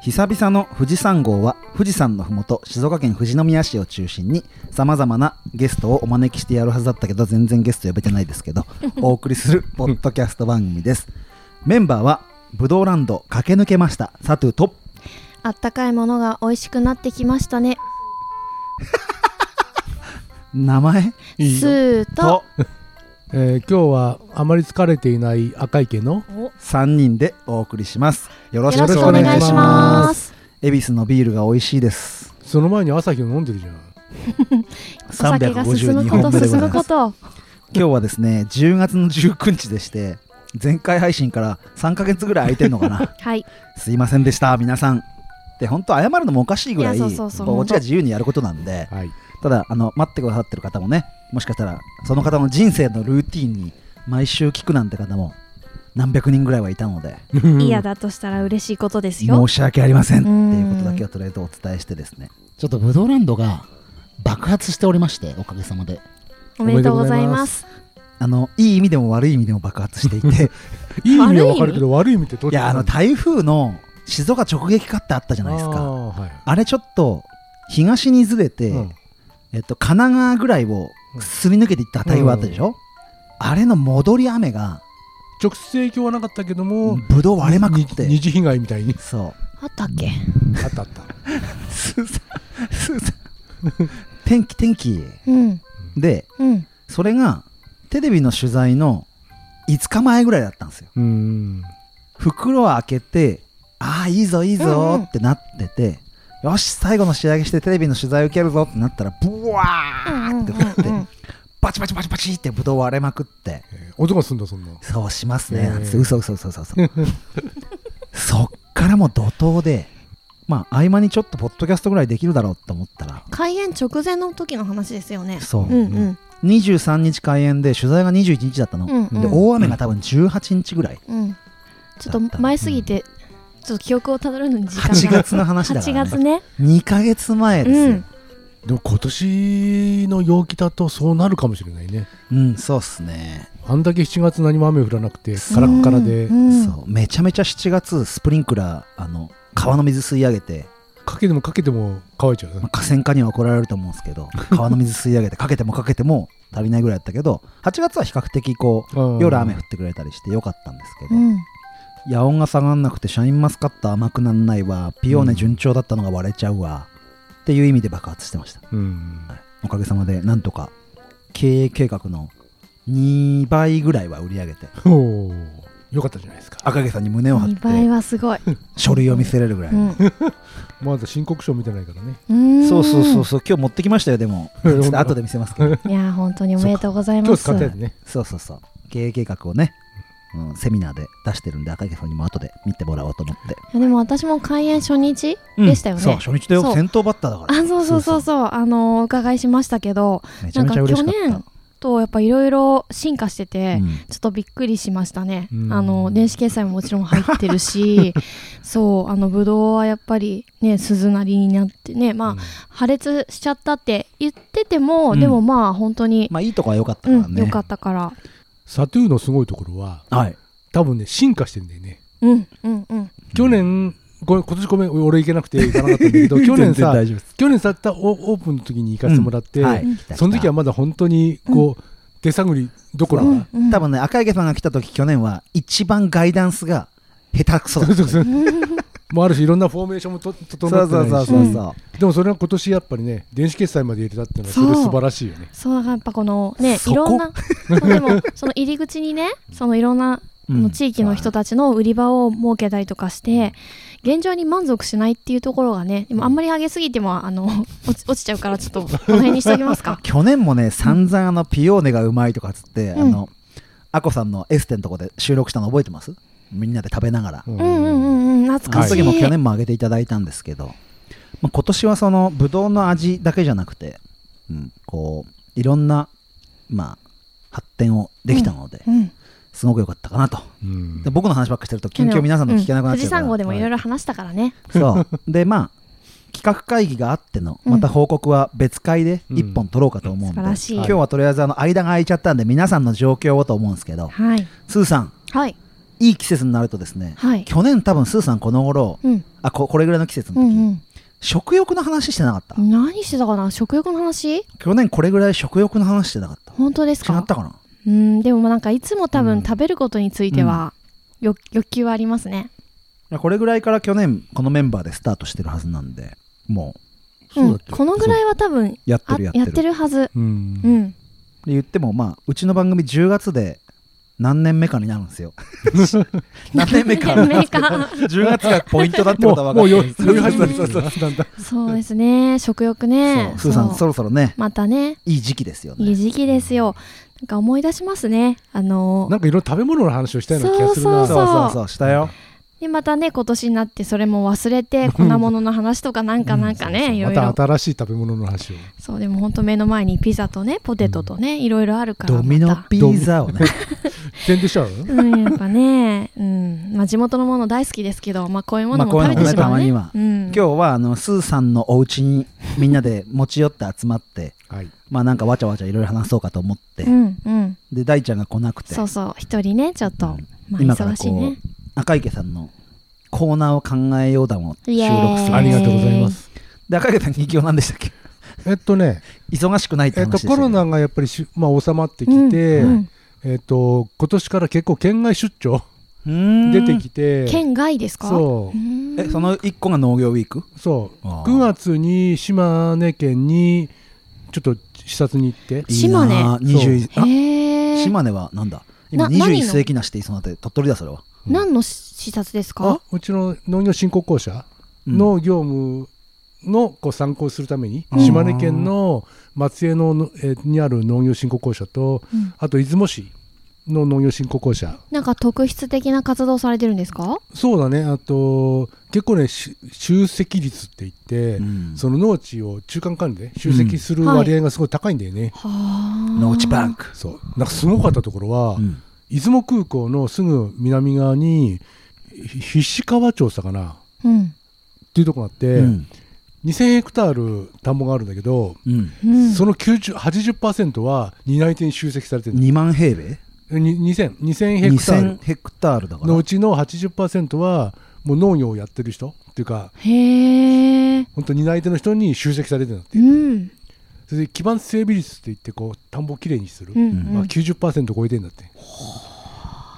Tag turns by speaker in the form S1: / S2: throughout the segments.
S1: 久々の富士山号は富士山のふもと静岡県富士宮市を中心にさまざまなゲストをお招きしてやるはずだったけど全然ゲスト呼べてないですけ どお送りするポッドキャスト番組ですメンバーはブドウランド駆け抜けましたサトゥと
S2: あったかいものが美味しくなってきましたね
S1: 名前
S2: スーと
S1: と
S3: えー今日はあまり疲れていない赤池の
S1: 3人でお送りしますよろし
S2: よろし
S1: く
S2: く
S1: お
S2: お
S1: 願
S2: 願
S1: い
S2: い
S1: し
S2: し
S1: ま
S2: ますす
S1: 恵比寿のビールが美味しいです
S3: その前に朝日を飲んでるじゃん
S2: お酒が進むこ
S1: 352本
S2: と
S1: 目でござ
S2: 進
S1: います
S2: むこと
S1: 今日はですね10月の19日でして前回配信から3ヶ月ぐらい空いてんのかな
S2: はい
S1: すいませんでした皆さんで本当謝るのもおかしいぐらい
S2: いやそうそうそう
S1: こうこっちが自由にやることなんで
S3: はい
S1: ただあの待ってくださってる方もねもしかしたらその方の人生のルーティンに毎週聞くなんて方も何百人ぐらいはいたので
S2: 嫌だとしたら嬉しいことですよ
S1: 申し訳ありませんって
S2: うん
S1: いうことだけをとりあえずお伝えしてですね
S4: ちょっとブドウランドが爆発しておりまして、おかげさまで。
S2: おめでとうございます
S1: あのいい意味でも悪い意味でも爆発して いて
S3: いい意味はわかるけど悪い意味ってどっ
S1: い
S3: ち
S1: やあの
S3: じ
S1: 台風の静岡直撃かってあったじゃないです
S3: あ
S1: か
S3: ーはい
S1: あれちょっと東にずれて、
S3: うん
S1: えっと、神奈川ぐらいをすり抜けていった台風あったでしょ、あれの戻り雨が
S3: 直接影響はなかったけども
S1: ぶどう割れまくっ
S3: に二
S1: て
S3: 次被害みたいに
S1: そ
S2: あったっけ
S3: あったあった
S1: うすーさんすーさん天気天気
S2: うん
S1: で
S2: うん
S1: それがテレビの取材の5日前ぐらいだったんですよ
S3: うん
S1: 袋を開けてああいいぞいい
S2: うんう
S1: ぞ
S2: ん
S1: ってなってて、よし最後の仕上げしてテレビの取材受けるぞってなったらブワーって降って、
S2: うんうんうんうん
S1: バチバチバチバチってぶどう割れまくって
S3: えー音がすんだそんな
S1: そうしますね、
S3: ええ
S1: なんつって嘘嘘嘘嘘嘘そっからもう怒涛でまあ合間にちょっとポッドキャストぐらいできるだろうと思ったら
S2: 開演直前の時の話ですよね
S1: そう、
S2: うんうん
S1: 23日開演で取材が21日だったの、
S2: うんうん
S1: で大雨が多分18日ぐらい、
S2: うんちょっと前すぎてちょっと記憶をたどるのに時間が
S1: 8月の話だか
S2: 8
S1: ら、
S2: 月
S1: ね、
S2: ね
S1: 2ヶ月前ですよ、
S3: でも今年の陽気だとそうなるかもしれないね
S1: うん、そうっすね、
S3: あんだけ7月何も雨降らなくてカラッカラで
S2: うんうん
S1: そうめちゃめちゃ7月スプリンクラーあの川の水吸い上げて、
S3: かけてもかけても乾いちゃう
S1: まあ河川課には怒られると思うんですけど川の水吸い上げてかけてもかけても足りないぐらいだったけど8月は比較的こう
S3: うん
S1: 夜雨降ってくれたりしてよかったんですけど、
S2: うん
S1: 夜音が下がんなくてシャインマスカット甘くなんないわピオーネ順調だったのが割れちゃうわ、っていう意味で爆発してました
S3: うん
S1: おかげさまでなんとか経営計画の2倍ぐらいは売り上げて
S3: おーよかったじゃないですか
S1: 赤毛さんに胸を張っ
S2: 2倍
S1: て
S2: はすごい
S1: 書類を見せれるぐらい、
S2: う
S3: まだ申告書見てないからね
S2: ん
S1: そうそうそう
S2: う
S1: そう今日持ってきましたよでもち
S3: 本
S1: ょ
S3: 当
S1: っと
S3: だ
S1: 後で見せますけど
S2: ーんいや本当におめでとうござい
S3: 今
S2: ま
S3: 日
S2: す
S3: 使ったやつね
S1: そうそうそう経営計画をね、うん、セミナーで出してるんで赤毛さんにも後で見てもらおうと思って、
S2: いやでも私も開演初日でしたよね、
S1: そう初日だ
S2: そ
S1: よ
S2: う
S1: 先頭バッターだか
S2: あ
S1: ら
S2: そうそうそうそうあのーお伺いしましたけど
S1: めちゃめちゃ嬉しかった
S2: なんかとやっぱいろいろ進化してて、
S1: うん
S2: ちょっとびっくりしましたね、
S3: うん
S2: あの電子決済ももちろん入って るしそうあのぶどうはやっぱりね鈴なりになってねまあ、
S3: うん
S2: 破裂しちゃったって言ってても、
S1: うん
S2: でもまあ本当に、
S1: まあいいとこは良かったからね、
S2: うん、よかったから
S3: サトゥーのすごいところは
S1: はい
S3: 多分ね進化してんだよね
S2: うんうんうん
S3: 去年ごめん今年ごめん俺行けなくて行かなかったん だけど去年さ
S1: 丈夫です
S3: 去年さったオオープンの時に行かせてもらって、
S1: はい
S2: うん
S1: 来た来た
S3: その時はまだ本当にこう、手探りどころ
S2: うん
S3: か、
S2: うん
S1: 多分ね赤池さんが来た時去年は一番ガイダンスが下手くそだ
S3: そ
S1: っ
S3: う
S1: た
S3: そうそう もうあるしいろんなフォーメーションもと整ってないし
S2: そう
S1: そ
S3: でもそれは今年やっぱりね電子決済まで入れたっていうのはそれ
S2: そう
S3: 素晴らしいよね
S2: そうだからやっぱこのね
S1: そこ
S2: いろんなそうでも その入り口にねそのいろんな
S1: う
S2: あの地域の人たちの売り場を設けたりとかして、現状に満足しないっていうところがねでもあんまり上げすぎてもあの 落ち落ちちゃうからちょっとこの辺にしておきま すか
S1: 去年もね散々あのピオーネがうまいとかっつって、
S2: うん
S1: あのアコさんのエステのとこで収録したの覚えてますみんなで食べながら、
S2: うんうん
S3: ん
S2: うんうん懐
S1: あ
S2: か
S1: の
S2: し
S1: 時
S2: い、
S1: も去年もあげていただいたんですけど、まあ、今年はそのぶどうの味だけじゃなくて、うん、こういろんな、まあ、発展をできたので、
S2: うん、
S1: すごく良かったかなと
S3: うん
S1: で僕の話ばっかりしてると近況皆さんの聞けなくなっちゃうから、
S2: うん富士山号でもいろいろ話したからね、
S1: そう。で、まあ、企画会議があっての、
S2: うん
S1: また報告は別会で
S3: うん
S1: 一本取ろうかと思うんで、
S2: 素晴らしい
S1: 今日はとりあえずあの間が空いちゃったんで、皆さんの状況をと思うんですけど、
S2: はい
S1: スーさん、
S2: はい
S1: いい季節になるとですね、
S2: はい
S1: 去年多分スーさんこの頃
S2: うん
S1: あここれぐらいの季節の
S2: う
S1: 時、
S2: ん
S1: 食欲の話してなかった、
S2: うん何してたかな食欲の話
S1: 去年これぐらい食欲の話してなかった
S2: 本当ですか
S1: 違ったかな
S2: うんでもなんかいつも多
S3: う
S2: 分
S3: ん
S2: 食べることについては、よ欲求はありますね
S1: いやこれぐらいから去年このメンバーでスタートしてるはずなんでも
S3: そうだっけ
S2: ん、このぐらいは多分
S1: うやって
S2: あ
S1: るや
S2: や
S1: ってる
S2: ってるはず
S3: う。
S2: うんん
S1: で言ってもまあうちの番組10月で何年目かになるんです よ何年目か
S2: 何年目か
S1: 10月がポイントだって
S3: も
S1: こ
S3: う
S1: とは
S3: もう
S1: 分
S3: よ
S1: かってる
S3: 余裕始まり
S1: そうそうそう
S3: つつだんだん
S2: そうですね食欲ね
S1: そうスーさんそろそろね
S2: またね
S1: いい時期ですよね
S2: いい時期ですよなんか思い出しますねあの
S3: なんかいろいろ食べ物の話をしたような気がする
S1: そう
S3: な。
S1: そうそうしたよ
S2: でまたね今年になってそれも忘れて粉物の話とかなんかなんかねいろ
S3: ま
S2: いろ
S3: た新しい食べ物の話を。
S2: そうでも本当目の前にピザとねポテトとねいろいろあるから
S1: ドミノ
S2: また
S1: ピザをね
S3: 全然しちゃうの
S2: うん、やっぱね、 うんまあ、地元のもの大好きですけど、まあ、こういうものも
S1: まあ
S2: 食
S1: こうい
S2: べ
S1: うの
S2: て
S1: もね
S2: しまうね,、
S1: たま
S2: うん、
S1: 今日はあのスーさんのお家にみんなで持ち寄って集まって
S3: はい。
S1: まあなんかわちゃわちゃいろいろ話そうかと思って、
S2: うんうん、
S1: で大ちゃんが来なくて
S2: そうそう一人ねちょっと、まあ、
S1: 今から
S2: 忙しい
S1: こ
S2: ね
S1: う赤池さんのコーナーを考えようだもん収
S2: イエーイ
S1: 録する
S3: ありがとうございます。
S1: で赤池さん人気は何でしたっけ
S3: えっとね、
S1: 忙しくないって
S3: えっ
S1: 話で
S3: と
S1: したけ
S3: コ
S1: ど
S3: ロナがやっぱりしまあ収まって
S2: う
S3: き
S2: ん
S3: て
S2: う、ん
S3: えっと今年から結構県外出張
S1: うーん
S3: 出てきて、
S2: 県外ですか
S3: そうう
S2: ーん
S1: えその1個が農業ウィーク
S3: そう
S1: あー
S3: 9月に島根県にちょっと視察に行って
S2: 島根
S1: いいなあ20あ
S2: へえ
S1: 島根はなんだ今
S2: な何
S1: 21
S2: の
S1: 世紀梨って言いそうになって鳥取だそれは、
S2: 何の視察です
S3: あ
S2: か
S3: うちの農業振興公社
S1: うん
S3: の業務のこう参考するために、
S1: うん
S3: 島根県の松江ののえーにある農業振興公社と、
S2: うん
S3: あと出雲市の農業振興公社
S2: なんか特筆的な活動されてるんですか
S3: そうだねあと結構ねし集積率って言って、
S1: うん
S3: その農地を中間管理で集積する
S2: うんはい
S3: 割合がすごい高いんだよね、
S2: はあ
S1: 農地バンク、
S3: そうなんかすごかったところは、
S1: うん
S3: 出雲空港のすぐ南側にひ菱川町さかな
S2: うん
S3: っていうとこがあって、
S1: うん
S3: 2000ヘクタール田んぼがあるんだけど、
S1: うん
S2: うん
S3: その90 80%は担い手に集積されてる
S1: 2万平米
S3: に2000 2000ヘクター
S1: 2000ヘクタールだか
S3: ルの
S1: ら
S3: うちの80%はもう農業をやってる人っていうか
S2: へえ
S3: 本当担い手の人に集積されてるんだって
S2: うん
S3: それで基盤整備率って言ってこう田んぼをきれいにする、
S2: うん
S3: まあ、90%超えてんだって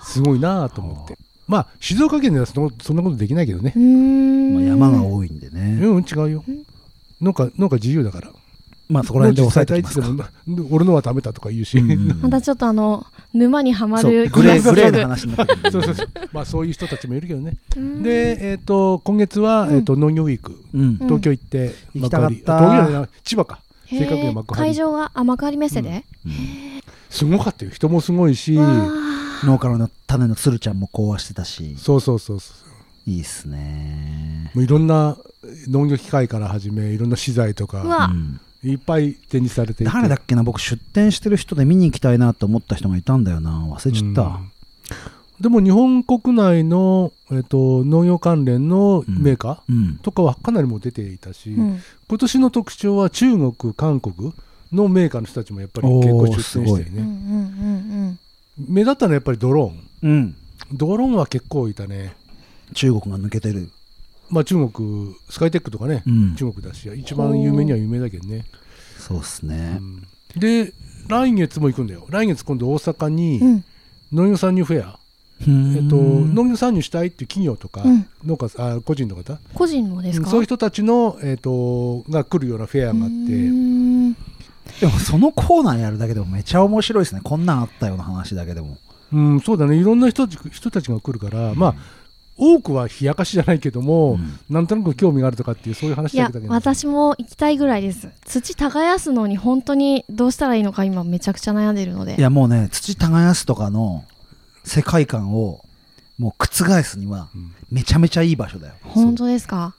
S3: すごいなあと思ってまあ静岡県ではそのそんなことできないけどね
S2: うーん
S1: まあ、山が多いんで
S3: う
S1: ね、
S3: ん、違うよ
S2: うん
S3: 農家農家自由だから
S1: まあそこら辺で抑えておきます
S3: 農
S1: か
S3: 地伝えたいって言っても俺のはダメだとか言うし、
S1: うんうん
S2: またちょっとあの沼にはま
S1: そう
S2: る
S1: グレ
S2: 気
S1: ー
S2: が
S1: グ
S2: す
S1: レー
S2: る
S1: の話にな ってくる
S3: そうそうそう。まあそういう人たちもいるけどね。
S2: うん
S3: で、えっ、と今月は、
S2: うん
S3: えっ、と農業ウィーク
S1: うん
S3: 東京行って、
S1: うん行きたかった
S3: 幕張東京じゃない千葉か。
S2: へー
S3: 正確には幕張
S2: 会場があ幕張メッセで、
S3: すごかったよ。人もすごいし。
S2: わ
S1: 農家の種の鶴ちゃんも講和してたし
S3: そうそうそうそ
S1: いいっすね
S3: う。もういろんな農業機械から始め、いろんな資材
S2: ー
S3: と
S2: う
S3: か
S2: わ、
S1: うん
S3: いっぱい展示されていて。
S1: 誰だっけな僕出店してる人で見に行きたいなと思った人がいたんだよな忘れちゃった、
S3: うんでも日本国内のえっ、と農業関連のメーカ
S1: う
S3: ー。
S1: ん
S3: とかはかなりもう出ていたし、
S2: うん
S3: 今年の特徴は中国、韓国のメーカーの人たちもやっぱり結構出展してる
S2: うんうん
S3: ね。
S2: うん
S3: 目立ったのはやっぱりドローン。
S1: うん、
S3: ドローンは結構いたね。
S1: 中国が抜けてる、
S3: まあ中国、スカイテックとかね、
S1: うん
S3: 中国だし、一番有名には有名だけどね。
S1: そうっすね、
S3: うんで、来月も行くんだよ。来月今度大阪
S2: うんう
S3: に
S2: ん
S3: 農業参入フェア。
S1: うん
S3: えっと、農業参入したいっていう企業とか、
S2: うん
S3: 農家さんあ個人の方、
S2: 個人のですか
S3: そういう人たちの、えっと、が来るようなフェアが
S2: う
S3: あって、
S2: ーん
S1: でもそのコーナーやるだけでもめちゃ面白いですねこんなんあったような話だけでも
S3: うん、そうだね、いろんな人たち人たちが来るから、まあ、多くは冷やかしじゃないけども、なんとなく興味があるとかっていう、そういう話
S2: い
S3: だ
S2: や
S3: けだけど、
S2: 私も行きたいぐらいです土耕すのに本当にどうしたらいいのか今めちゃくちゃ悩んでるので
S1: いやもうね土耕すとかの世界観をもう覆すには
S3: うん
S1: めちゃめちゃいい場所だよ
S2: 本当ですか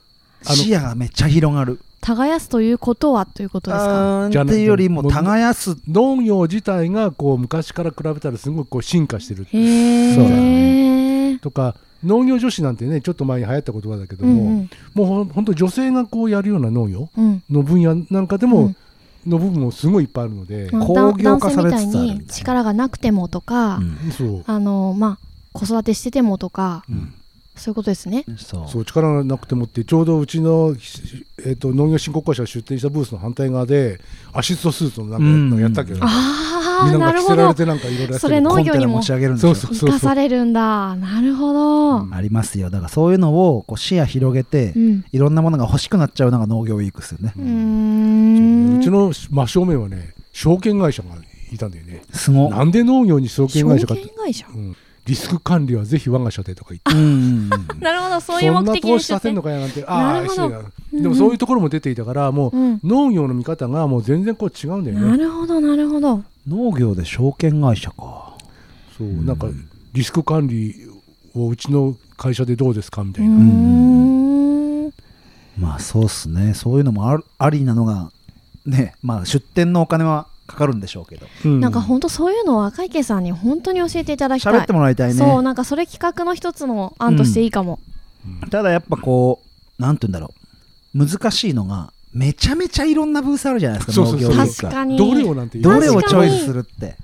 S3: あの
S1: 視野がめっちゃ広がる
S2: 耕すということはということですか
S1: あ
S3: じ
S1: ー
S3: ゃ
S1: っ
S3: な
S1: ていうよりも耕す
S3: 農業自体がこう昔から比べたら、すごくこう進化してる
S2: へえ
S1: そうだ
S3: とか、農業女子なんてね、ちょっと前に流行った言葉だけど
S2: うん
S3: も、
S2: うん
S3: もうほん本当、女性がこうやるような農業
S2: うん
S3: の分野なんかで
S2: う
S3: も
S2: ん、
S3: の部分もすごいいっぱいあるので、
S2: まあ
S1: 工業化
S2: 男性
S1: されつつある
S2: みたいに力がなくてもとか、
S1: うん
S3: そう
S2: あのまあ子育てしててもとか、
S3: うん
S2: そういうことですね。
S1: そう
S3: そう力がなくてもってちょうどうちの、しえー、と農業振興会社が出展したブースの反対側でアシストスーツのなんかやっ,、
S1: うん
S3: やったけど
S2: あ
S3: み
S2: あ、
S3: ん
S2: な
S3: なが
S2: る
S3: 着
S2: ほ
S3: せられ
S2: ど。
S3: てなんかいろいろやって
S2: それ農業
S1: コン
S2: にも
S1: テナ持ち上げるんです
S3: そ
S1: よ
S3: うそう
S2: 生
S3: そう
S2: か
S3: そう
S2: されるんだ。なるほど。
S1: ありますよだからそういうのをこう視野広げて、
S2: うん。
S1: いろんなものが欲しくなっちゃうのが農業ウィークですよね
S2: うー。
S3: うんちの真正面はね証券会社がいたんだよね
S1: すご
S3: なんで農業に証券会社かって
S2: 証券会社
S3: うん、リスク管理はぜひ我が社でとか言って
S1: うんうん
S2: なるほど、そういう目的
S3: そんな投
S2: に
S3: 資させんのかやなんて
S2: な
S3: ああ
S2: るほど
S3: 失礼なでもそういうところも出ていたからもう、
S2: うん
S3: 農業の見方がもう全然こう違うんだよ
S2: な
S3: ね
S2: るほど、なるほど。
S1: 農業で証券会社か
S3: そうなんかリスク管理をうちの会社でどうですかみ
S2: う
S3: た
S2: ー
S3: いな、
S2: ん。
S1: まあそうっすねそういうのもあるありなのがねまあ出店のお金はかかるんでしょうけど
S2: なんか本当そういうのを赤池さんに本当に教えていただきたい。
S1: 喋ってもらいたいね
S2: そう、なんかそれ企画の一つの案としていいかも。
S1: ただやっぱこうなんて言うんだろう難しいのがめちゃめちゃいろんなブースあるじゃないですか
S3: そうそ
S1: 農
S3: う
S1: 業
S3: そう
S1: ウィ
S2: 確
S1: ークが
S2: かに。
S3: どれをなんて言
S1: ど
S3: う
S1: れを
S2: 確
S1: チ
S2: か
S1: ョ
S2: に
S1: イスするって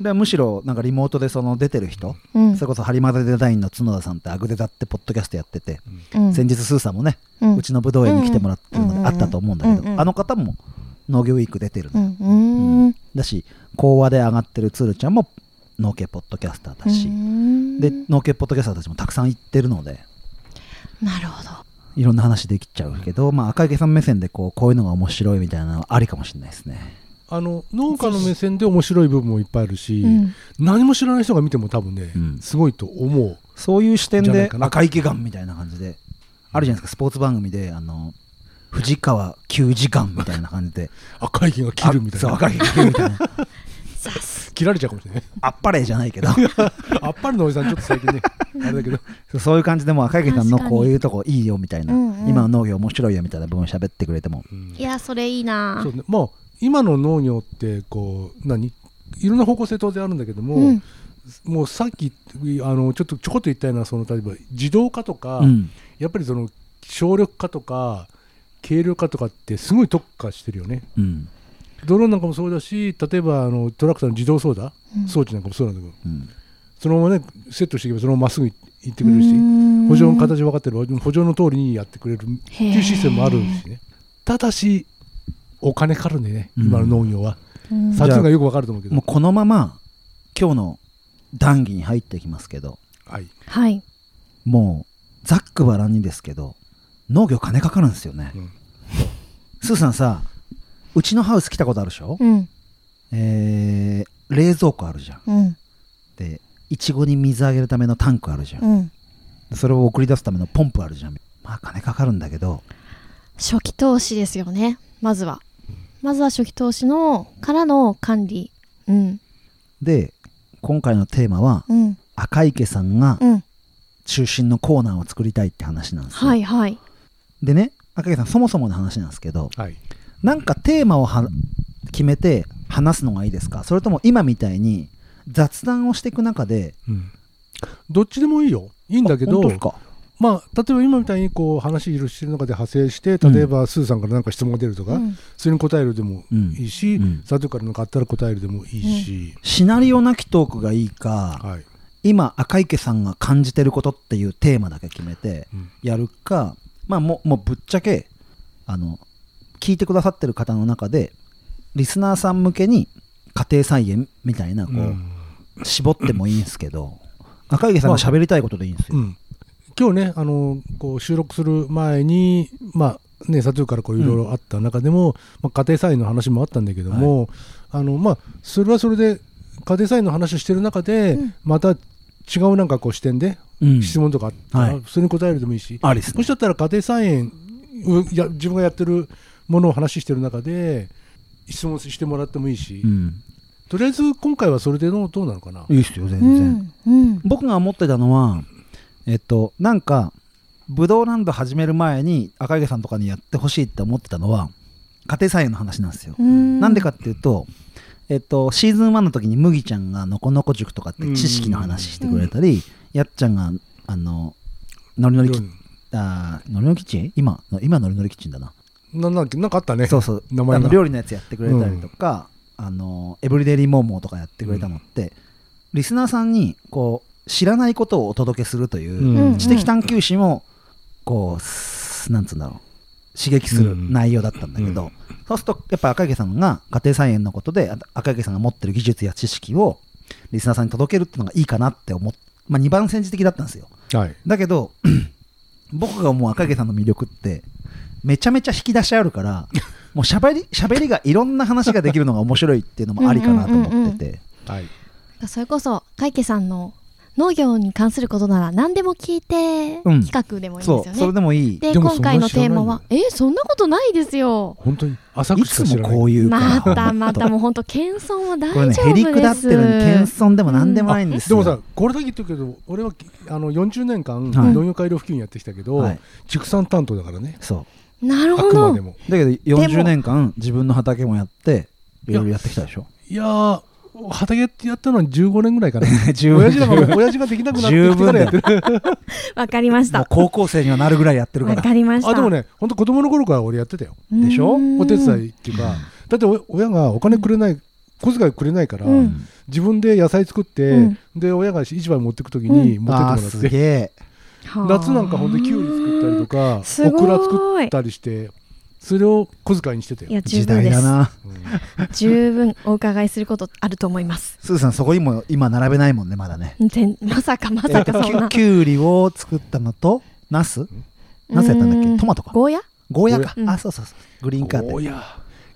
S1: でむしろなんかリモートでその出てる人、
S2: うん
S1: それこそハリマダデザインの角田さんってアグデダってポッドキャストやってて、
S2: うん
S1: 先日スーさんもね、
S2: う
S1: うんちの武道園に来てもらってるの
S2: うん
S1: であったと思うんだけど、
S2: うんうん
S1: あの方も農業ウィーク出てる
S2: う
S1: の、
S2: んうんう
S1: だし講話で上がってるつるちゃんも農家ポッドキャスターだし、
S2: ん
S1: で農家ポッドキャスターたちもたくさん行ってるので
S2: なるほど
S1: いろんな話できちゃうけど、まあ、赤池さん目線でこうこういうのが面白いみたいなのはありかもしれないですね
S3: あの農家の目線で面白い部分もいっぱいあるし、
S2: うん
S3: 何も知らない人が見ても多分ね、
S1: うん
S3: すごいと思う
S1: そういう視点
S3: じゃな
S1: で
S3: いかな
S1: 赤池ガンみたいな感じであるじゃないですかスポーツ番組であの藤川球児ガンみたいな感じで
S3: 赤い毛が 切るみたい
S1: あそう
S3: な
S1: 赤池が切るみたい な
S2: さす
S3: 切られちゃうかもしれない
S1: あっぱれじゃない けど
S3: あっぱれのおじさんちょっと最 近ねあれだけど
S1: そうそういう感じでもう赤池さんの
S2: 確かに
S1: こういうとこいいよみたいな、
S2: うんうん
S1: 今の農業面白いよみたいな部分喋ってくれても、
S2: いやそれいいな
S3: そうね、まあ今の農業ってこう何いろんな方向性当然あるんだけども、
S2: うん
S3: もうさっきあのちょっとちょこっと言ったようなその例えば自動化とか、
S1: うん
S3: やっぱりその省力化とか軽量化とかってすごい特化してるよね
S1: うん
S3: ドローンなんかもそうだし例えばあのトラクターの自動操舵、
S2: うん
S3: 装置なんかもそうなんだけど
S1: うん
S3: そのままねセットしていけばそのまままっすぐ行ってくれるし
S2: うん
S3: 補助の形分かってる補助の通りにやってくれるっていうシステムもあるしねただしお金かかるんでね今の農業は。
S2: うん
S3: サトゥーがよくわかると思うけど
S1: もう。このまま今日の談義に入っていきますけど
S3: はい。
S2: はい
S1: もうざっくばらんにですけど農業金かかるんですよね、
S3: うん
S1: スーさんさうちのハウス来たことあるでしょ、
S2: うん
S1: えー、冷蔵庫あるじゃん
S2: うん
S1: でいちごに水あげるためのタンクあるじゃん、
S2: うん
S1: それを送り出すためのポンプあるじゃんまあ金かかるんだけど
S2: 初期投資ですよねまずはまずは初期投資のからの管理うん
S1: で今回のテーマは
S2: うん
S1: 赤池さんが
S2: うん
S1: 中心のコーナーを作りたいって話なんですよ、
S2: はいはい
S1: でね赤池さんそもそもの話なんですけど
S3: はい。
S1: なんかテーマをは決めて話すのがいいですかそれとも今みたいに雑談をしていく中で
S3: うん。どっちでもいいよ。いいんだけ
S1: あ
S3: ど
S1: 本当、ですか
S3: まあ、例えば今みたいにこう話いろいろしてる中で派生して、例えばスーさんからなんか質問が出るとか、
S2: うん
S3: それに答えるでもいいし、
S1: うんうん
S3: サトゥーからなんかあったら答えるでもいいし、
S1: シナリオなきトークがいいか、
S3: はい。
S1: 今赤池さんが感じてることっていうテーマだけ決めて
S3: うん
S1: やるか、まあもうもうぶっちゃけあの聞いてくださってる方の中でリスナーさん向けに家庭菜園みたいなこう、
S3: うん
S1: 絞ってもいいんですけど赤池さんが喋りたいことでいいんですよ、
S3: うん今日ね、あの、こう収録する前に、まあ、ね、サトゥーからこういろいろあった中でも、まあ、家庭菜園の話もあったんだけども、あの、まあ、それはそれで、家庭菜園の話をしてる中で、
S2: うん
S3: また違うなんかこう視点で
S1: うん
S3: 質問とかあったら、
S1: はい
S3: それに答えるでもいいし、
S1: ありです
S3: も
S1: ね
S3: しだったら家庭菜園うや自分がやってるものを話してる中で質問してもらってもいいし、
S1: うん
S3: とりあえず今回はそれでのどうなのかな、
S1: いいっすよ全
S2: う
S1: 然、
S2: んうん
S1: 僕が思ってたのはえっとなんかブドウランド始める前に赤池さんとかにやってほしいって思ってたのは家庭菜園の話なんですよ、
S2: うん
S1: なんでかっていうと、えっと、シーズン1の時に麦ちゃんがのこのこ塾とかって知識の話してくれたり、やっちゃんがあのノリノリキ
S3: うん
S1: あーノリノリキッチン今今ノリノリキッチンだ な
S3: ななんだっけなんかあったね
S1: そうそう
S3: 名前
S1: あ
S3: が
S1: の料理のやつやってくれたりとか、あのエブリデイリーモーモーとかやってくれたのって、リスナーさんにこう知らないことをお届けするという、
S3: うん
S2: うん
S1: 知的探求心をこうすなんつうんだろう刺激する
S3: うん
S1: 内容だったんだけど、そうするとやっぱ赤池さんが家庭菜園のことであ赤池さんが持ってる技術や知識をリスナーさんに届けるっていうのがいいかなって思っ、まあ、2番煎じ的だったんですよ
S3: はい。
S1: だけど 僕が思う赤池さんの魅力ってめちゃめちゃ引き出しあるからもうしゃべりしゃべりがいろんな話ができるのが面白いっていうのもありかなと思って て
S3: はい。
S2: それこそ海家さんの農業に関することなら何でも聞いて
S1: うん
S2: 企画でもいいん
S1: そ
S2: で
S1: う
S2: す
S1: それ
S2: よね。
S1: でもいい
S2: で
S3: でも
S2: 今回のテーマはえそんなことないですよ。
S3: 本当に浅
S1: い
S3: くし
S1: つ
S3: か知ら
S1: も
S3: ない。
S1: こういうから
S2: またまたもう
S1: 本
S2: 本当謙遜は大
S1: 当こ
S2: 丈
S1: れ
S2: 夫で
S1: ね
S2: す。
S1: へりくだってるのに謙遜でも何でもないんです
S3: で
S1: よ、
S3: もさ、これだけ言ってるけど、俺はきあの40年間、
S1: はい
S3: 農業改良普及やってきたけど、
S1: はい
S3: 畜産担当だからね、
S1: そ
S2: なる
S3: あ
S2: ほ
S3: くま
S2: ど
S3: で。も。
S1: うだけど
S2: でも
S1: 40年間自分の畑もやっていろいろやってきたでしょ
S3: いやー、畑やってやったのは15年ぐらいかな。
S1: 十
S3: 親
S1: 分
S3: 父だから親父ができなくなって
S1: 十
S3: きて
S1: 分
S3: から
S1: だ
S3: やっ
S1: よ
S3: てる。
S2: わかりまし
S1: もう
S2: た。
S1: 高校生にはなるぐらいやってるか
S2: わ
S1: ら
S2: かりました。
S3: あでもね、本当子供の頃から俺やってたよ。
S2: うん
S1: でしょ
S3: お手伝いっていうか、だってお親がお金くれない、小遣いくれないから、
S2: うん
S3: 自分で野菜作って、
S2: うん
S3: で親が市場に持ってくときに持って
S1: あー
S3: ってもらっ
S1: す
S3: て、
S1: げえ
S2: はあ
S3: 夏なんか本当にきゅうり作ったりとか、
S2: す
S3: オ
S2: ごい
S3: クラ作ったりして、それを小遣いにしてた
S2: い
S3: よ。
S2: や十
S1: 時
S2: 分
S1: 代
S2: で
S1: だ
S2: す。
S1: な
S3: うん
S2: 十分お伺いすることあると思います。
S1: すずさんそこにも今並べないもんねまだね
S2: 全まさかまさかそん な
S1: きゅきゅうりを作ったのとナスナスやったんだっけトマトか
S2: ゴーヤ
S1: ゴーヤか
S2: ゴーヤ
S1: あそうそうそうグリーンカー
S3: ゴ
S1: で
S3: ーヤ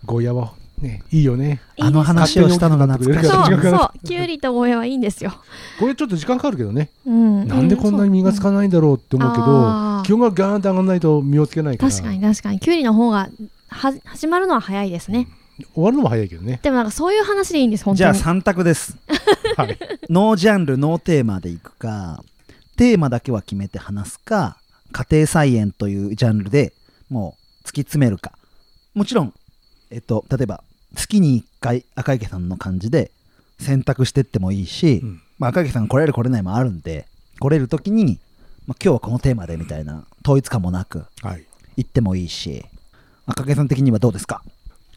S3: ゴーヤはねいいよね
S1: あの話をしたのが懐かしい
S2: そ
S3: 勝手に
S2: う
S3: 時間が
S2: そ
S3: か
S2: うきゅうりとゴーヤはいいんですよ。
S3: これちょっと時間かかるけどね、
S2: うん。
S3: なんでこんなに実がつかないんだろうって思うけ
S2: あ
S3: ど
S2: ー
S3: 気温がガーンと上がらないと実をつけないから
S2: 確かに確かにきゅうりの方がは始まるのは早いですね。
S3: 終わるのも早いけ どね
S2: でもなんかそういう話でいいんです本
S1: じゃ
S2: 当
S1: あ
S2: に。
S1: 3択です
S3: はい
S1: ノージャンルノーテーマでいくかテーマだけは決めて話すか家庭菜園というジャンルでもう突き詰めるかもちろん、えっと、例えば月に1回赤池さんの感じで選択してってもいいし、
S3: うん
S1: まあ、赤池さん来れる来れないもあるんで来れる時に、まあ、今日はこのテーマでみたいな統一感もなく
S3: はい
S1: 行ってもいいし赤池さん的にはどうですか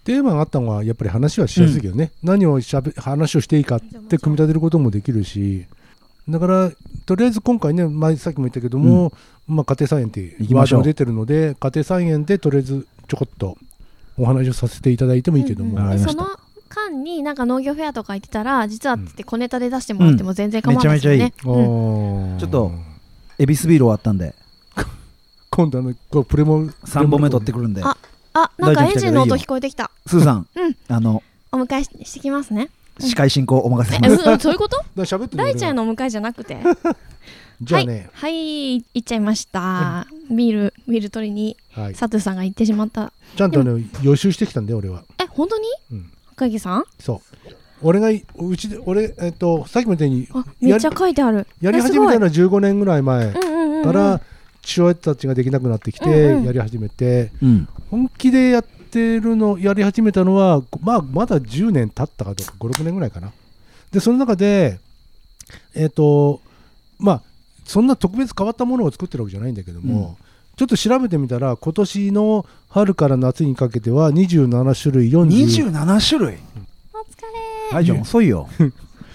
S3: テーマがあったのはやっぱり話はしやすいけどね、何をしゃべ話をしていいかって組み立てることもできるしだからとりあえず今回ね、前さっきも言ったけども、まあ、家庭菜園ってい
S1: 行き
S3: うワ
S1: ま
S3: ー
S1: しょう
S3: ドが出てるので家庭菜園でとりあえずちょこっとお話をさせていただいてもいいけども、
S2: うんうん
S1: わかりま
S2: そ
S1: した
S2: の間になんか農業フェアとか行ってたら実はって言って小ネタで出してもらっても全然構わないですよ
S1: うんめ
S2: ね
S1: ち。
S2: うん
S3: あー
S1: ちょっとエビスビール終わったんで
S3: 今度あのこうプレモ
S1: 3本目取ってくるんで
S2: あなんか
S1: 大丈夫
S2: エンジンの
S1: 来たけど
S2: 音
S1: いいよ
S2: 聞こえてきた。
S1: すずさん、
S2: うん
S1: あの
S2: お迎えししてきますね。
S1: 司会進行お任せ
S2: え
S1: します
S2: うんそういうこと？
S3: だから喋って
S2: 大ちゃん
S3: の
S2: のお迎えじゃなくて。
S3: じゃあね、
S2: はい、はい、行っちゃいました。ビールビール取りに
S3: はい
S2: 佐藤さんが行ってしまった。
S3: ちゃんとね予習してきたんだよ俺は、
S2: え本当に？
S3: うん、
S2: 赤池さん？
S3: そう俺がいうちで俺えっとさっきも言ったように
S2: あめっちゃ書いてある。
S3: やり
S2: えす
S3: 始め
S2: ごい
S3: たのは15年ぐらい前
S2: うんうんうんうん。
S3: から父親たちができなくなってき
S2: うんう
S3: て
S2: ん
S3: やり始めて
S1: うん
S3: 本気でやってるのやり始めたのは、まあ、まだ10年経ったかどうか56年ぐらいかなでその中でえっ、とまあそんな特別変わったものを作ってるわけじゃないんだけども、ちょっと調べてみたら今年の春から夏にかけては27種類40
S1: 27種類
S2: お疲れ。
S1: 大丈夫遅いよ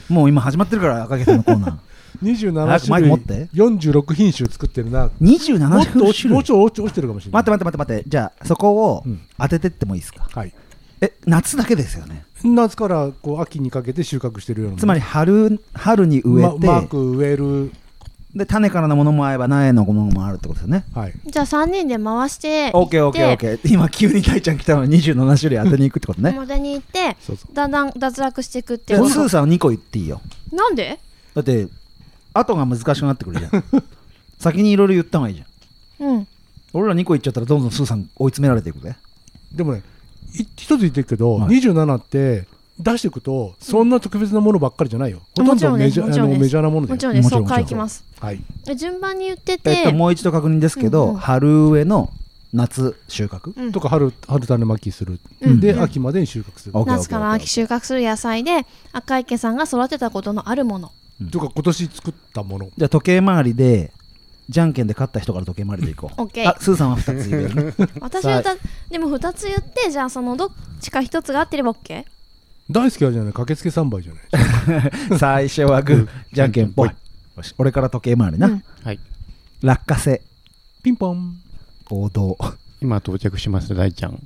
S1: もう今始まってるから赤毛さんのコーナー
S3: 27
S1: 早くマイク
S3: 種類
S1: 持って
S3: 46品種作ってるな
S1: 27種類
S3: もっと落ちもうちょい落ち落ちてるかもしれな
S1: 待
S3: い
S1: って待って待って待ってじゃあそこを
S3: うん
S1: 当ててってもいいですか、
S3: はい、
S1: え夏だけですよね
S3: 夏からこう秋にかけて収穫してるような
S1: つまり春春に植え
S3: ま
S1: て、
S3: マーク植える、
S1: で種からのものもあれば苗のものもあるってことですよね
S3: はい、
S2: じゃあ三人で回して行って
S1: OKOKOK 今急に大ちゃん来たのに27種類当てに行くってことね
S2: モデに行って
S3: そうそう
S2: だんだん脱落していくっ
S1: じ
S2: てい
S1: ゃ
S2: う
S1: あ
S2: こ
S1: スー
S2: と
S1: さんは2個言っていいよ
S2: なんで
S1: だって後が難しくなってくるじゃ ん先にいろいろ言った方がいいじゃん
S2: うん
S1: 俺ら2個言っちゃったらどんどんスーさん追い詰められていくぜ
S3: でもねい一つ言ってるけど、
S1: はい
S3: 27って出していくとそんな特別なものばっかりじゃないよ、ほとんどメジャ
S2: もち
S3: ー
S2: ろん
S3: あ
S2: です
S3: のメジャーなものだ
S2: も
S3: よ
S2: ちろんですそ
S1: も
S2: う
S1: ちろん
S2: からいきます
S3: はい、
S2: で順番に言って
S1: えってともう一度確認ですけど、
S2: うんうん
S1: 春植えの夏収穫
S2: うん
S3: とか春春種まきする、
S2: うん
S3: で、
S2: うん
S3: 秋までに収穫する、
S1: オッケーオッケーオッケー
S2: 夏から秋収穫する野菜で赤池さんが育てたことのあるもの
S3: とか今年作ったもの
S1: じゃあ時計回りでじゃんけんで勝った人から時計回りでいこう
S2: オッケー
S1: あスーさんは2つ言える ね
S2: 私
S1: さあ
S2: はたでも2つ言ってじゃあそのどっちか1つが合ってれば OK?
S3: 大好きはじゃない駆けつけ3杯じゃない
S1: 最初はグーじゃんけんぽいよし俺から時計回りな、
S2: うん
S5: はい。
S1: 落花生
S3: ピンポン
S1: 王道
S5: 今到着しました、大ちゃん。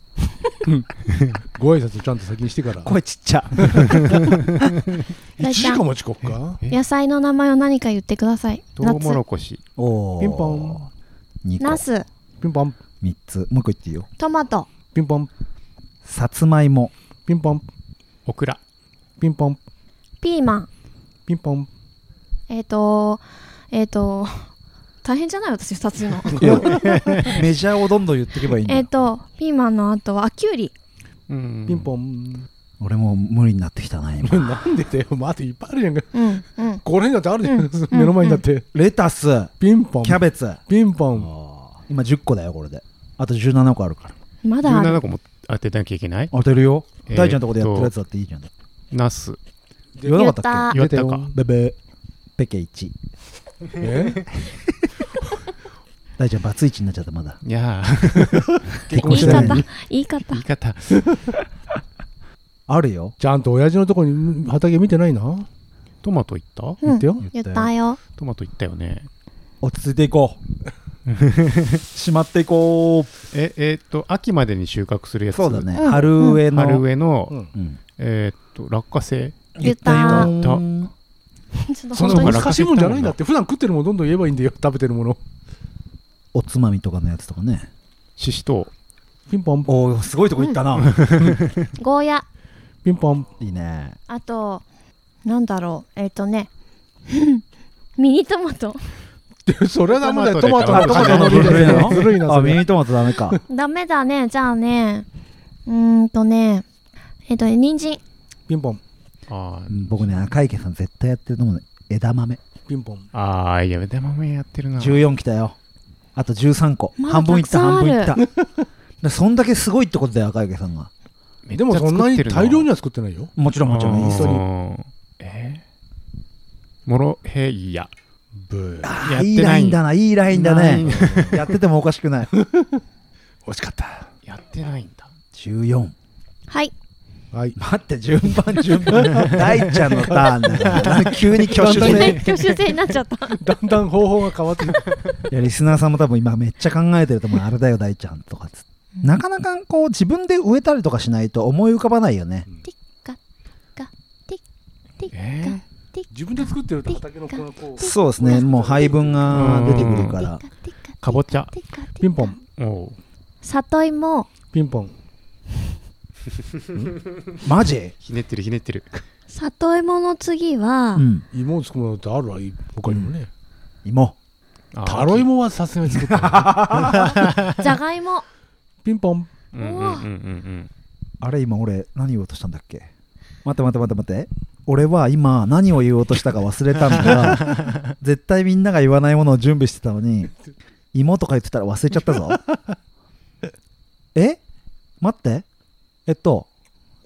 S3: ご挨拶ちゃんと先にしてから
S1: 声ちっちゃ
S3: 1時間も遅刻か
S5: え
S2: 野菜の名前を何か言ってください
S5: トウモ
S2: 夏
S5: ロコシ。
S1: おー
S3: ピンポン
S1: 2個
S2: ナス
S3: ピンポン
S1: 3つもう一個言っていいよ
S2: トマト
S3: ピンポン
S1: さつまいも
S3: ピンポン
S5: オクラ。
S3: ピンポン
S2: ピーマン
S3: ピンポン
S2: えっ、とえっ、と大変じゃない私2つ言うの
S1: メジャーをどんどん言ってけばいいんだ
S2: えっ
S1: よ
S2: とピーマンの後はあきゅうり
S5: うん
S3: ピンポン
S1: 俺もう無理になってきたな今
S3: なんでだよ待っていっぱいあるじゃんか
S2: うんうん
S3: これにだってあるじゃ
S2: うんん
S3: 目の前にだって
S1: レタス
S3: ピンポン
S1: キャベツ
S3: ピンポン
S1: 今10個だよこれであと17個あるから
S2: まだある
S5: 17個も当てなきゃいけない
S1: 当てるよ
S5: えーっと
S1: 大ちゃんとこでやってるやつだっていいじゃん
S5: ナス。
S1: 言わなかったっ
S5: 言
S3: 出
S5: ったた
S3: よ
S5: か。
S1: けベベペケ1
S3: え
S1: 大ちゃんバツイチになっちゃったまだ
S5: いやー、
S1: 結
S2: 言い
S1: てな
S2: 方言い方
S5: 言い方。
S1: あるよ
S3: ちゃんと親父のとこに畑見てないな
S5: トマトいった
S2: う
S3: 言っ
S2: ん
S3: てよ
S2: 言ったよ
S5: トマトいったよね。
S1: 落ち着いていこ うしまっていこう
S5: え、えーっと、秋までに収穫するやつ。
S1: そうだね
S2: うん
S1: 春植えの
S5: 春植え
S3: う
S5: の、
S3: ん
S1: うん
S5: えーっと、落花生。
S2: 言った
S5: 言った
S2: ちょっと
S3: そ
S5: そ
S3: ん
S5: ん
S2: 本
S3: な
S5: な
S2: 当
S5: の
S2: に
S5: が
S3: 難しいもんじゃないんだって普段食ってるもんどんどん言えばいいんだよ食べてるもの
S1: おつまみとかのやつとかね
S5: シシト
S3: ピンポン
S1: おおすごいとこ行ったな
S2: ゴーヤ
S3: ピンポン
S1: いいね
S2: あとなんだろうえっ、とね ミニトマト
S3: でそれはダメだよト
S5: ト
S3: マ
S5: マ
S3: ト
S5: ト
S3: の
S5: で
S3: トマト
S5: ト
S3: の
S5: マ
S3: 分類
S5: トで
S3: だよずるいな
S1: あ
S3: そ
S1: ミ
S3: れ
S1: ニトマトダメか
S2: ダメだねじゃあねうーんとねえっ、とね人参
S3: ピンポン
S5: あ
S1: うん僕ね赤池さん絶対やってると思うね枝豆
S3: ピンポン
S5: あ、ああ、いや、枝豆やってるな。
S1: 14来たよあと13個
S2: まだ
S1: 半分いった半分いったた でそんだけすごいってことだよ赤池さんが
S5: めっち
S3: で
S5: ゃ
S3: も
S5: 作
S3: そんな
S5: っ
S3: に
S5: てる
S3: 大量には作ってないよ
S1: もちろんもちろん
S5: あー
S1: インストに
S5: えーモロヘイヤ。
S3: ブー
S5: や
S1: あー
S5: って
S1: いいライン
S5: ない
S1: だないいラインだね
S5: な
S1: やっててもおかしくない
S3: 惜しかった
S5: やってないんだ。
S1: 14
S2: はい
S3: はい
S1: 待って順番順番大ちゃんのターンだから急に挙手制
S2: 挙手制になっちゃった
S3: だんだん方法が変わってくる
S1: いやリスナーさんも多分今めっちゃ考えてると思うあれだよ大ちゃんとかつってなかなかこう自分で植えたりとかしないと思い浮かばないよね
S5: えー
S3: 自分で作ってると畑のこのこう
S1: そうですねもう配分が出てくるから
S5: かぼちゃ。
S3: ピンポン
S5: おう
S2: 里芋
S3: ピンポン
S1: マジ
S5: ひねってるひねってる。
S2: 里芋の次は、
S1: うん
S3: 芋を作るものってあるわい他にもね
S1: 芋
S5: あー
S3: タロイ。モはさすがに作ってない
S2: じゃがいも
S3: ピンポン
S5: うんうんうんうんうん。
S1: あれ今俺何言おうとしたんだっけ待って待って待って待って俺は今何を言おうとしたか忘れたんだが 絶対みんなが言わないものを準備してたのに芋とか言ってたら忘れちゃった ぞえ待ってえっと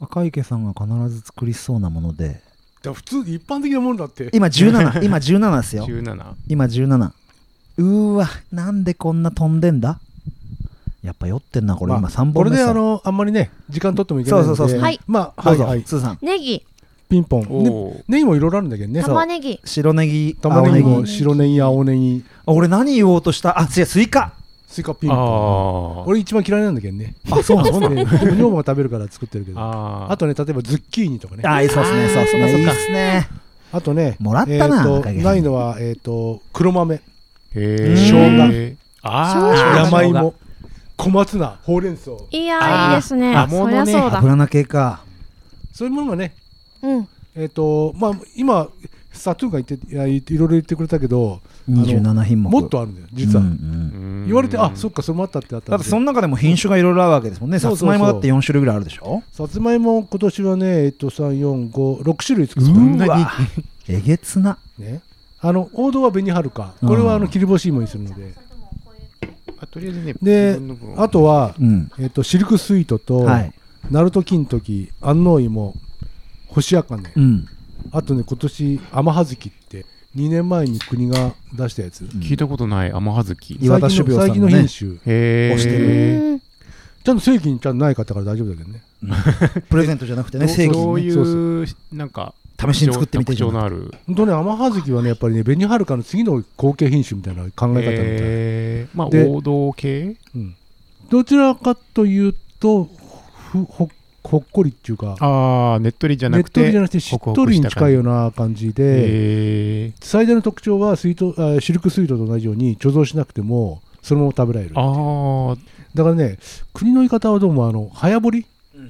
S1: 赤池さんが必ず作りそうなもので
S3: だから普通一般的なものだって
S1: 今17 今17ですよ
S5: 十七。
S1: 今17うーわなんでこんな飛んでんだやっぱ酔ってんなこれ
S3: まあ
S1: 今3
S3: こ
S1: 本
S3: れ
S1: 目
S3: で
S1: さ
S3: あのあんまりね時間取ってもいけないの
S1: そ
S3: で
S1: うそうそうそう
S2: はい
S3: まあ
S1: ど
S3: は
S1: う
S3: い
S1: ぞ、
S3: はい
S1: スーさん
S2: ネギ
S3: ピンポン
S5: お
S3: ね
S5: おう。
S3: ネギもいろいろあるんだけどね
S2: 玉ねぎ
S1: 白ネギ
S3: 玉ねぎ
S1: 青ネ
S3: も
S1: ギ
S3: 白ネギ青ネギ
S1: あ俺何言おうとしたあ違うスイカ
S3: スイカピン
S5: あ
S3: ポン
S5: ー
S3: 俺一番嫌いなんだけどね
S1: あそうなん
S3: そうね女房が食べるから作ってるけど
S5: あー
S3: あとね例えばズッキーニとかね
S1: あいいそうっすねそうっすねいいっすね
S3: あとね
S1: もらったな
S3: えーと
S1: 赤いけど
S3: ないのはえっと黒豆
S5: へ
S1: ん
S5: え。
S1: 生
S5: 姜。ああ。
S1: 生姜
S3: 山芋小松菜ほうれん草
S2: いやい
S5: あー
S2: いですね
S5: あ
S2: そりゃそうだ、
S1: 油菜系か
S3: そういうものがね
S2: うん
S3: えっとまあ今サトゥーが言っていやいいろいろ言ってくれたけど
S1: 27品目
S3: もっとあるんだよ実は
S1: うんうん
S5: 言
S3: 言われてあそっかそれもあったってあった
S1: だ
S3: ん
S1: って
S3: で
S1: その中でも品種がいろいろあるわけですもんねさ
S3: そうそう
S1: つ
S3: そう
S1: まいもだって4種類ぐらいあるでしょ
S3: さつまいも今年はねえっと3456種類作って
S5: そ
S3: た
S5: んなに。
S1: えげつな
S3: ねあの王道は紅はるかこれはあの切り干し芋にするので
S5: あとりあえずね。
S3: であとは
S1: うん
S3: えっとシルクスイートと
S1: はい
S3: ナルト金時安納芋星あかね
S1: うん
S3: あとね今年甘はずきって2年前に国が出したやつ
S5: 聞いたことない甘はずき。
S1: 岩田種苗さんのね
S3: 最近の品種
S5: へえ。
S1: 押して
S5: る。
S2: うん
S3: ちゃんと正規にちゃんとない方から大丈夫だけどね
S1: プレゼントじゃなくてね
S3: そう
S1: 正
S5: そ
S1: 規
S5: う
S1: にね
S5: い
S3: そう
S5: うなんか
S1: 試しに作ってみて
S5: 特徴
S1: じゃ
S5: の
S1: ん
S5: ある
S3: 本当ね甘はずきはねやっぱりね紅はるかの次の後継品種みたいな考え方みたいな、
S5: えーまあ
S3: で
S5: 王道系
S3: うん、どちらかというとふほほっこりっていうか
S5: ああねっとりじゃ
S3: ね
S5: な
S3: っ
S5: く
S3: とりじゃ
S5: て
S3: なくてしっ
S5: ホク
S3: と
S5: ホク
S3: り
S5: し
S3: に
S5: た
S3: 近いような感じで、
S5: えー
S3: 最大の特徴はスイートあシルクスイートと同じように貯蔵しなくてもそのまま食べられる
S5: ああ
S3: だからね国の言い方はどうもあの早掘り、
S1: うん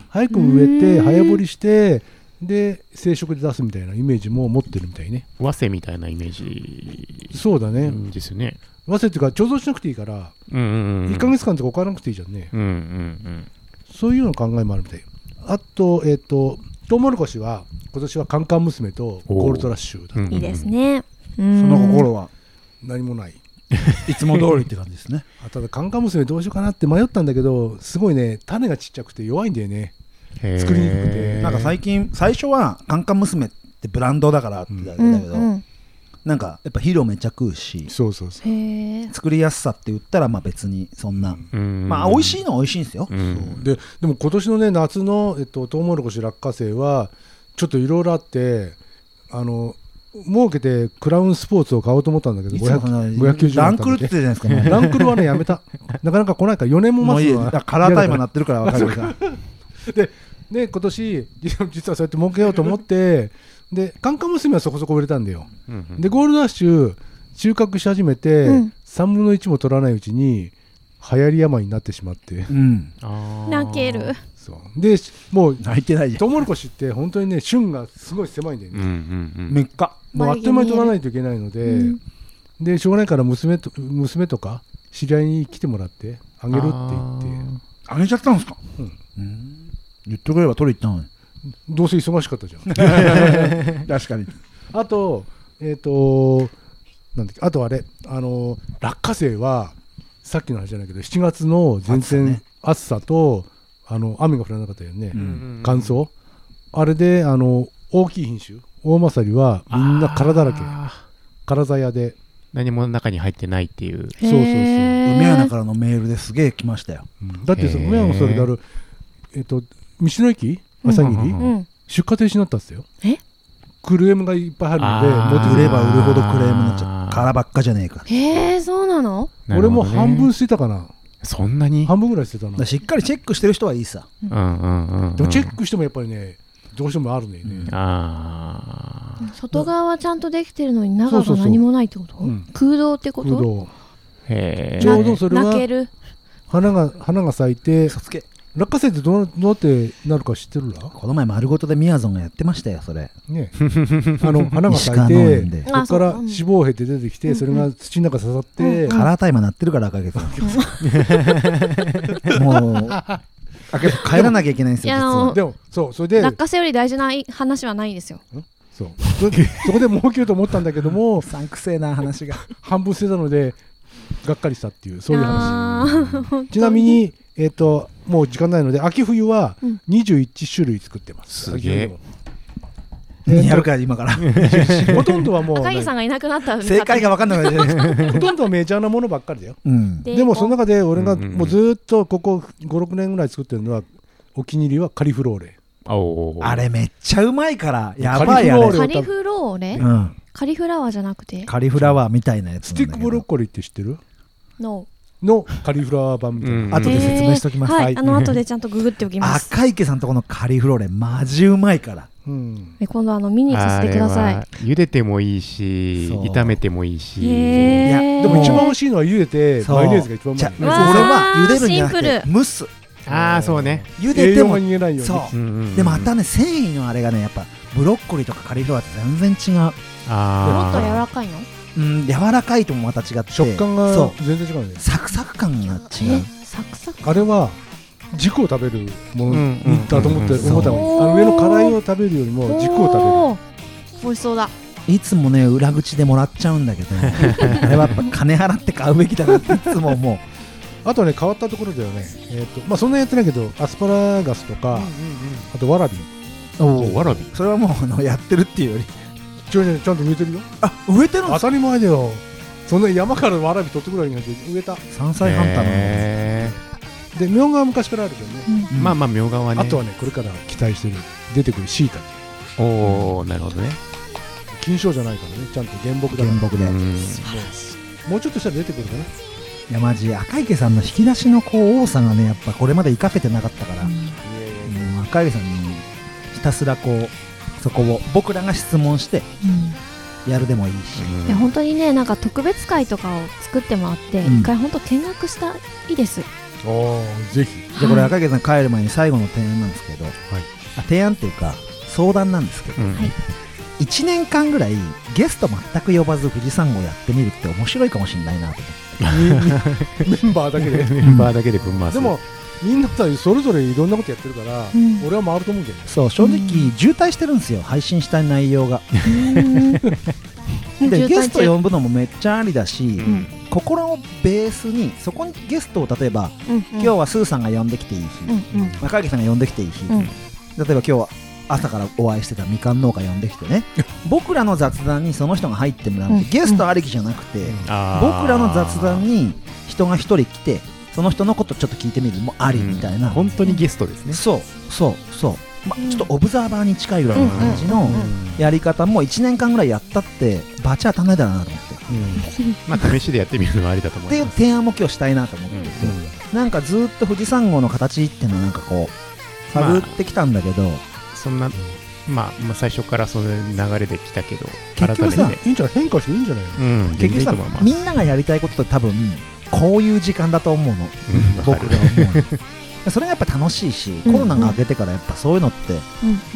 S3: 早く植え
S2: う
S3: て
S2: ーん
S3: 早掘りしてで生殖で出すみたいなイメージも持ってるみたいね
S5: 和製みたいなイメージ
S3: そうだね、
S5: ですよね
S3: わせっていうか貯蔵しなくていいから、
S5: うんうんうん
S3: 1ヶ月間とか置かなくていいじゃんね、
S5: うんうん
S3: そういうの考えもあるみたいよあとえっ、とトウモロコシは今年はカンカン娘とゴールドラッシュだ
S5: うんうん
S2: いいですね。そ
S1: その心は
S3: 何もない
S1: いつも通りって感じですね
S3: あただカンカン娘どうしようかなって迷ったんだけどすごいね種がちっちゃくて弱いんだよね
S5: へー
S3: 作りにくくて
S1: なんか最近最初はカンカン娘ってブランドだからって言われ
S2: う
S1: て
S2: ん
S1: たけど、
S2: うん
S1: なんかやっぱ肥料めっちゃ食うし
S3: そうそうそ
S2: へえ。
S1: 作りやすさって言ったらまあ別にそんな、
S5: うん
S1: まあ美味しいのは美味しいんですよ、
S5: うん
S3: うででも今年のね夏の、えっと、トウモロコシ落花生はちょっといろいろあってあの儲けてクラウンスポーツを買おうと思ったんだけ
S1: い
S3: ど
S1: つもその
S3: 590円
S1: ランクルって言ってたじゃないですか もう
S3: ランクルはね、やめた。なかなか来ないから、4年も
S1: もう
S3: 待
S1: いい
S3: つの
S1: だか
S3: は
S1: らカラータイムなってるから分かる から
S3: で、今年、 実はそうやって儲けようと思って、で、カンカン娘はそこそこ売れたんだよ。
S5: うん
S3: で、ゴールドラッシュ、収穫し始めて、
S2: うん
S3: 3分の1も取らないうちに、流行り病になってしまって。
S1: うん
S5: あー
S2: 泣ける。
S3: そうで、もう、
S1: 泣いてないじゃん
S3: トウモロコシって本当にね、旬がすごい狭いんだよ
S5: うんう
S3: ね。
S5: んうん
S1: 3日
S3: もうあっという間に取らないといけないので、
S2: うん
S3: で、しょうがないから娘と、娘とか、知り合いに来てもらって、あげるって言って、
S5: あ
S1: あげちゃったんですか、
S3: うん
S1: うん言ってくれば取り行っ
S3: どうせ忙しかったじゃん。
S1: たのに 確かに
S3: あと、えっ、と、なんだっけ、あとあれ、あの、落花生は、さっきの話じゃないけど、7月の前
S1: 暑さ
S3: 線
S1: ね
S3: 暑さと、あの、雨が降らなかったよね
S1: う
S5: ー
S1: ん。
S3: 乾燥。あれで、あの、大きい品種、大まさりは、みんな殻だらけ。
S5: あー
S3: 殻ざやで。
S5: 何も中に入ってないっていう。
S3: そうそうそう
S1: 梅穴からのメールですげえ来ましたよ
S3: うんだってそ、
S5: へー
S3: 梅もそれである、えっ、と、道の駅朝
S5: うんうんう
S3: 霧、
S5: ん
S2: うん。
S3: 出荷停止になったっすよ。
S2: え
S3: クレームがいっぱい入るので、
S5: あー
S3: もう
S1: 売れば売るほどクレームになっちゃうからばっかじゃねえか
S2: へえ、そうなの
S5: なる
S3: 俺も
S5: ほどね
S3: 半分捨てたかな。
S5: そんなに
S3: 半分ぐらい捨てたな
S1: だから。しっかりチェックしてる人はいいさ
S5: うんうんうんうん。
S3: でもチェックしてもやっぱりね、どうしてもあるね。
S5: ああ。
S2: 外側はちゃんとできてるのに中
S3: そうそう
S2: が
S3: そう
S2: 何もないってこと
S3: うん
S2: 空洞ってこ
S3: 空
S2: と
S3: 洞
S5: へえ。
S3: ちょうどそれは
S2: 泣ける。
S3: 花が花が咲いて、
S1: 嘘つけ
S3: 落花生ってどうどうやってなるか知ってるら
S1: この前丸ごとでみやぞんがやってましたよそれ
S3: ねあの花が
S1: 石
S3: 咲い
S1: 川農園
S3: て
S1: で、
S3: そこから
S2: あそう
S3: 脂肪を経て出てき
S2: う
S3: て、
S2: ん
S3: それが土の中刺さっ
S2: うん
S3: て、
S1: カラータイマーなってるから赤毛 さんもう赤毛さん帰らなきゃいけないんですよ
S2: い
S1: 実
S2: やあ
S1: は
S2: の
S3: でも、そう、それで、
S2: 落花生より大事な話はないんですよ。
S3: そうそそこで儲けようと思ったんだけども、
S1: さんくせえな話 が
S3: 半分捨てたので、がっかりしたっていう、そういう話。
S2: あー
S3: ちなみに、えっと、もう時間ないので、秋冬は
S2: うん
S3: 21種類作ってます。
S5: すげえ
S3: えっと
S1: やるから今から
S3: ほとんどはもう、
S2: 赤木さんがいなくなった
S1: 正解が分かんなくなっちゃうじゃないですか
S3: ほとんどはメジャーなものばっかりだよ。
S1: うん
S3: でもその中で俺が
S5: うんうんうん
S3: もうずーっとここ56年ぐらい作ってるのはお気に入りはカリフローレ
S5: あおー
S1: あれめっちゃうまいからやばいあ
S3: カリフ
S1: れ
S3: ローレ
S2: カリフローレ
S1: うん
S2: カリフラワーじゃなくて
S1: カリフラワーみたいなやつ
S3: ス
S1: な
S3: ティ
S1: んだ
S3: ック
S1: けど
S3: ブロッコリーって知ってる
S2: の
S3: のカリフラワー版みたいな、
S5: うん
S1: 後で説明しときます
S2: えーは、
S1: はいい
S2: あの後でちゃんとググっておきます。
S1: 赤池さんとこのカリフローレマジうまいから
S3: うん
S2: え今度あの見に行かせてくださ
S5: あれ
S2: い
S5: は。茹でてもいいし、
S1: そう
S5: 炒めてもいいし。
S2: へー
S1: いや
S3: でも一番美味しいのは茹でて
S1: そう
S3: マヨネーズが一番う
S1: じゃ
S3: まい
S1: 俺
S2: う
S3: ね
S2: わー
S1: は茹でるんじゃなく
S2: シ
S1: て
S2: ンプ
S1: 蒸す
S5: ああ、そうね。
S1: 茹で
S3: 栄
S1: て
S3: 養が
S1: も
S3: 逃げないように
S1: そう
S5: うんうんうん
S1: でまたね繊維のあれがねやっぱブロッコリーとかカリフラワーって全然違う
S2: もっと柔
S5: あ
S2: らかいの？
S1: うん柔らかいともまた違って
S3: 食感が
S1: そう
S3: 全然違うね
S1: サクサク感が違う
S2: えサクサク。
S3: あれは軸を食べるも
S5: うん
S3: の
S5: うん
S3: だと思って
S1: うん
S3: 思ったのあの上の辛いを食べるよりも軸を食
S2: おー美味しそうだ。
S1: いつもね裏口でもらっちゃうんだけ どあれはやっぱ金払って買うべきだなっていつも思う
S3: べるあとね変わったところだよねえっとまあそんなやってないけどアスパラガスとかあとわらび
S5: あ。おわらび。
S1: それはもうあのやってるっていうより
S3: ちょいちょいちゃんと植えてるよ
S1: あ植えてるんで
S3: 当
S1: すか
S3: たり前だよそんな山からわらび取ってくらいに植えた
S1: 山菜ハンターのね
S5: へ
S3: でみょうがは昔からあるけどね、
S5: ーまあまあ、みょうがはね。
S3: あとはねこれから期待してる出てくるしいた
S5: おおなるほどね。
S3: 金賞じゃないからねちゃんと原木だ
S1: 原
S3: から
S1: 木で、
S5: うん
S3: もうちょっとしたら出てくるかな
S1: 山マジ赤池さんの引き出しのこう多さがねやっぱこれまで活かせてなかったから、もう赤池さんにひたすらこうそこを僕らが質問してやるでもいいし、
S2: いや本当にねなんか特別会とかを作ってもらって
S1: うん
S2: 一回本当見学したいです
S3: おーぜひ
S1: じゃあこれ
S2: はい
S1: 赤池さん帰る前に最後の提案なんですけど、あ提案っていうか相談なんですけど、
S5: うん
S2: はい
S1: 1年間ぐらいゲスト全く呼ばず富士山号やってみるって面白いかもしれないなと思って
S3: メンバーだけで
S5: メンバーだけでぶん回す。
S3: でもみんなさそれぞれいろんなことやってるから、
S2: うん
S3: 俺は回ると思うけどね
S1: そう正直
S2: う
S1: 渋滞してるんですよ配信したい内容がで
S2: で
S1: ゲスト呼ぶのもめっちゃありだし、
S5: うん
S1: 心をベースにそこにゲストを例えば、
S2: 今
S1: 今日はスーさんが呼んできていい日、
S2: うんうん
S1: 赤池さんが呼んできていい日、
S2: うん
S1: 例えば今日は朝からお会いしてたみかん農家呼んできてね僕らの雑談にその人が入ってもらうって、
S2: うん
S1: ゲストありきじゃなくて、
S5: あー
S1: 僕らの雑談に人が一人来てその人のことちょっと聞いてみるのもありみたいな、
S5: うん本当にゲストですね。
S1: そうそうそう、まあ
S2: うん
S1: ちょっとオブザーバーに近いぐらいの感じの
S2: うんうん
S1: やり方も1年間ぐらいやったってバチ当たんないだろうなと思ってっ
S5: まあ試しでやってみるのもありだと思
S1: てい
S5: いうます。
S1: 提案も今日したいなと思ってて、
S5: うん
S1: なんかずっと富士山号の形っていうのはなんかこう探ってきたんだけど、
S5: そんなまあまあ最初からその流れで来たけど
S1: 結局さ
S5: 改めて。
S3: いいんじゃない変化していいんじゃないの
S5: うん全
S1: 結
S5: 然い
S1: 局
S5: いと
S1: さ
S5: 思います
S1: みんながやりたいことって多分こういう時間だと思うの
S5: うんわか
S1: 僕
S5: る
S1: が思うのそれがやっぱ楽しいし、
S2: うん
S1: コロナが明けてからやっぱそういうのって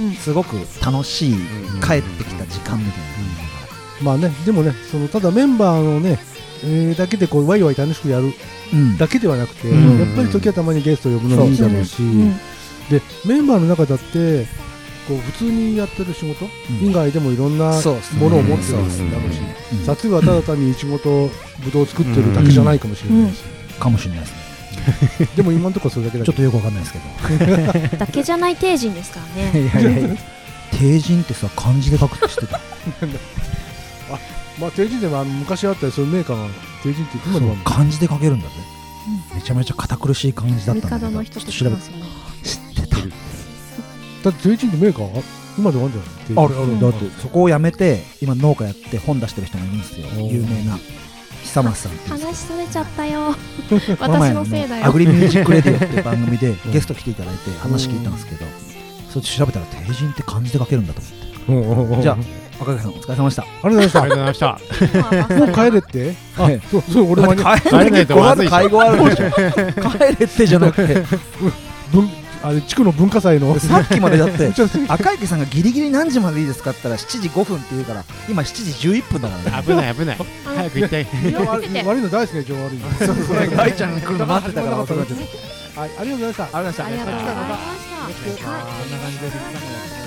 S2: うん
S1: すごく楽しい
S5: うん
S1: 帰ってきた時間みたい
S3: まあねでもねそのただメンバーのね、えーだけでこうワイワイ楽しくやる
S1: な、うん
S3: だけではなくて、
S5: うん
S3: やっぱり時はたまにゲストを呼ぶのもいいだろうし、
S2: うん
S3: でメンバーの中だってこう普通にやってる仕事以外でもいろんな
S1: そうですね
S3: ものを持ってるんです
S5: うん
S3: だろうし
S1: うん
S3: 撮影はただ単にいちごとぶどうを作ってるだけじゃないかもしれないし、
S1: かもしれないですね
S3: でも今のところそれだけだ
S1: ちょっ
S3: け
S1: とよくわかんないですけ
S2: だけじゃない定人ですから
S1: ど
S2: ね
S1: い やいやいや定人ってさ漢字で書くって知ってた
S3: まあ定人でもあの昔あったりそういうメーカーが定人って今でもあるの
S1: 漢字で書けるんだぜめちゃめちゃ堅苦しい漢字だっ
S2: ミ
S1: た
S2: カ
S1: んだ
S2: ド
S1: けど
S2: の
S1: ちょ
S2: 人
S1: っ
S2: と
S1: と
S2: し
S1: 調
S2: て
S1: べ
S2: ますよね
S1: 知ってた
S3: だって定人ってメーカーあ今でもあるんじゃない
S1: あるあるだってそこをやめて今農家やって本出してる人がいるんですよ
S3: おー
S1: 有名な久松さんっていう
S2: 話それちゃったよ
S1: こ前
S2: 私のせいだ
S1: ア
S2: よ
S1: グリミュージックレディオっていう番組 で
S3: うん
S1: ゲスト来ていただいて話聞いたんですけどそっち調べたら定人って漢字で書けるんだと思って
S3: 定
S1: じゃ
S3: あ
S1: あ赤木さんお疲れ様でした
S3: ありがとうござ
S5: あ
S3: い
S5: りがとうございました。
S3: ましたもう帰れって
S1: は
S3: あ
S1: い
S3: そうそう俺
S1: だ
S3: も
S1: って帰
S5: 帰
S1: れ
S5: れないとまずいでしょ
S1: 会合あるでしょ 帰れってじゃなくて
S3: 文あれ地区の文化祭の
S1: さっきまでだって
S3: ちょっと
S1: 赤池さんがギリギリ何時までいいですかって言ったら7時5分って言うから今7時11分だからね
S5: 危ない 危ない。
S2: あの
S5: 早く行きたい。
S2: 色々
S3: 悪
S2: 見 てて
S3: い悪いの大好きね今日悪い のそうそう
S1: 大ちゃんが来るの待ってたから
S3: はいありがとうございました
S1: ありがとうございました
S2: ありがとうございました
S3: こんな感じで。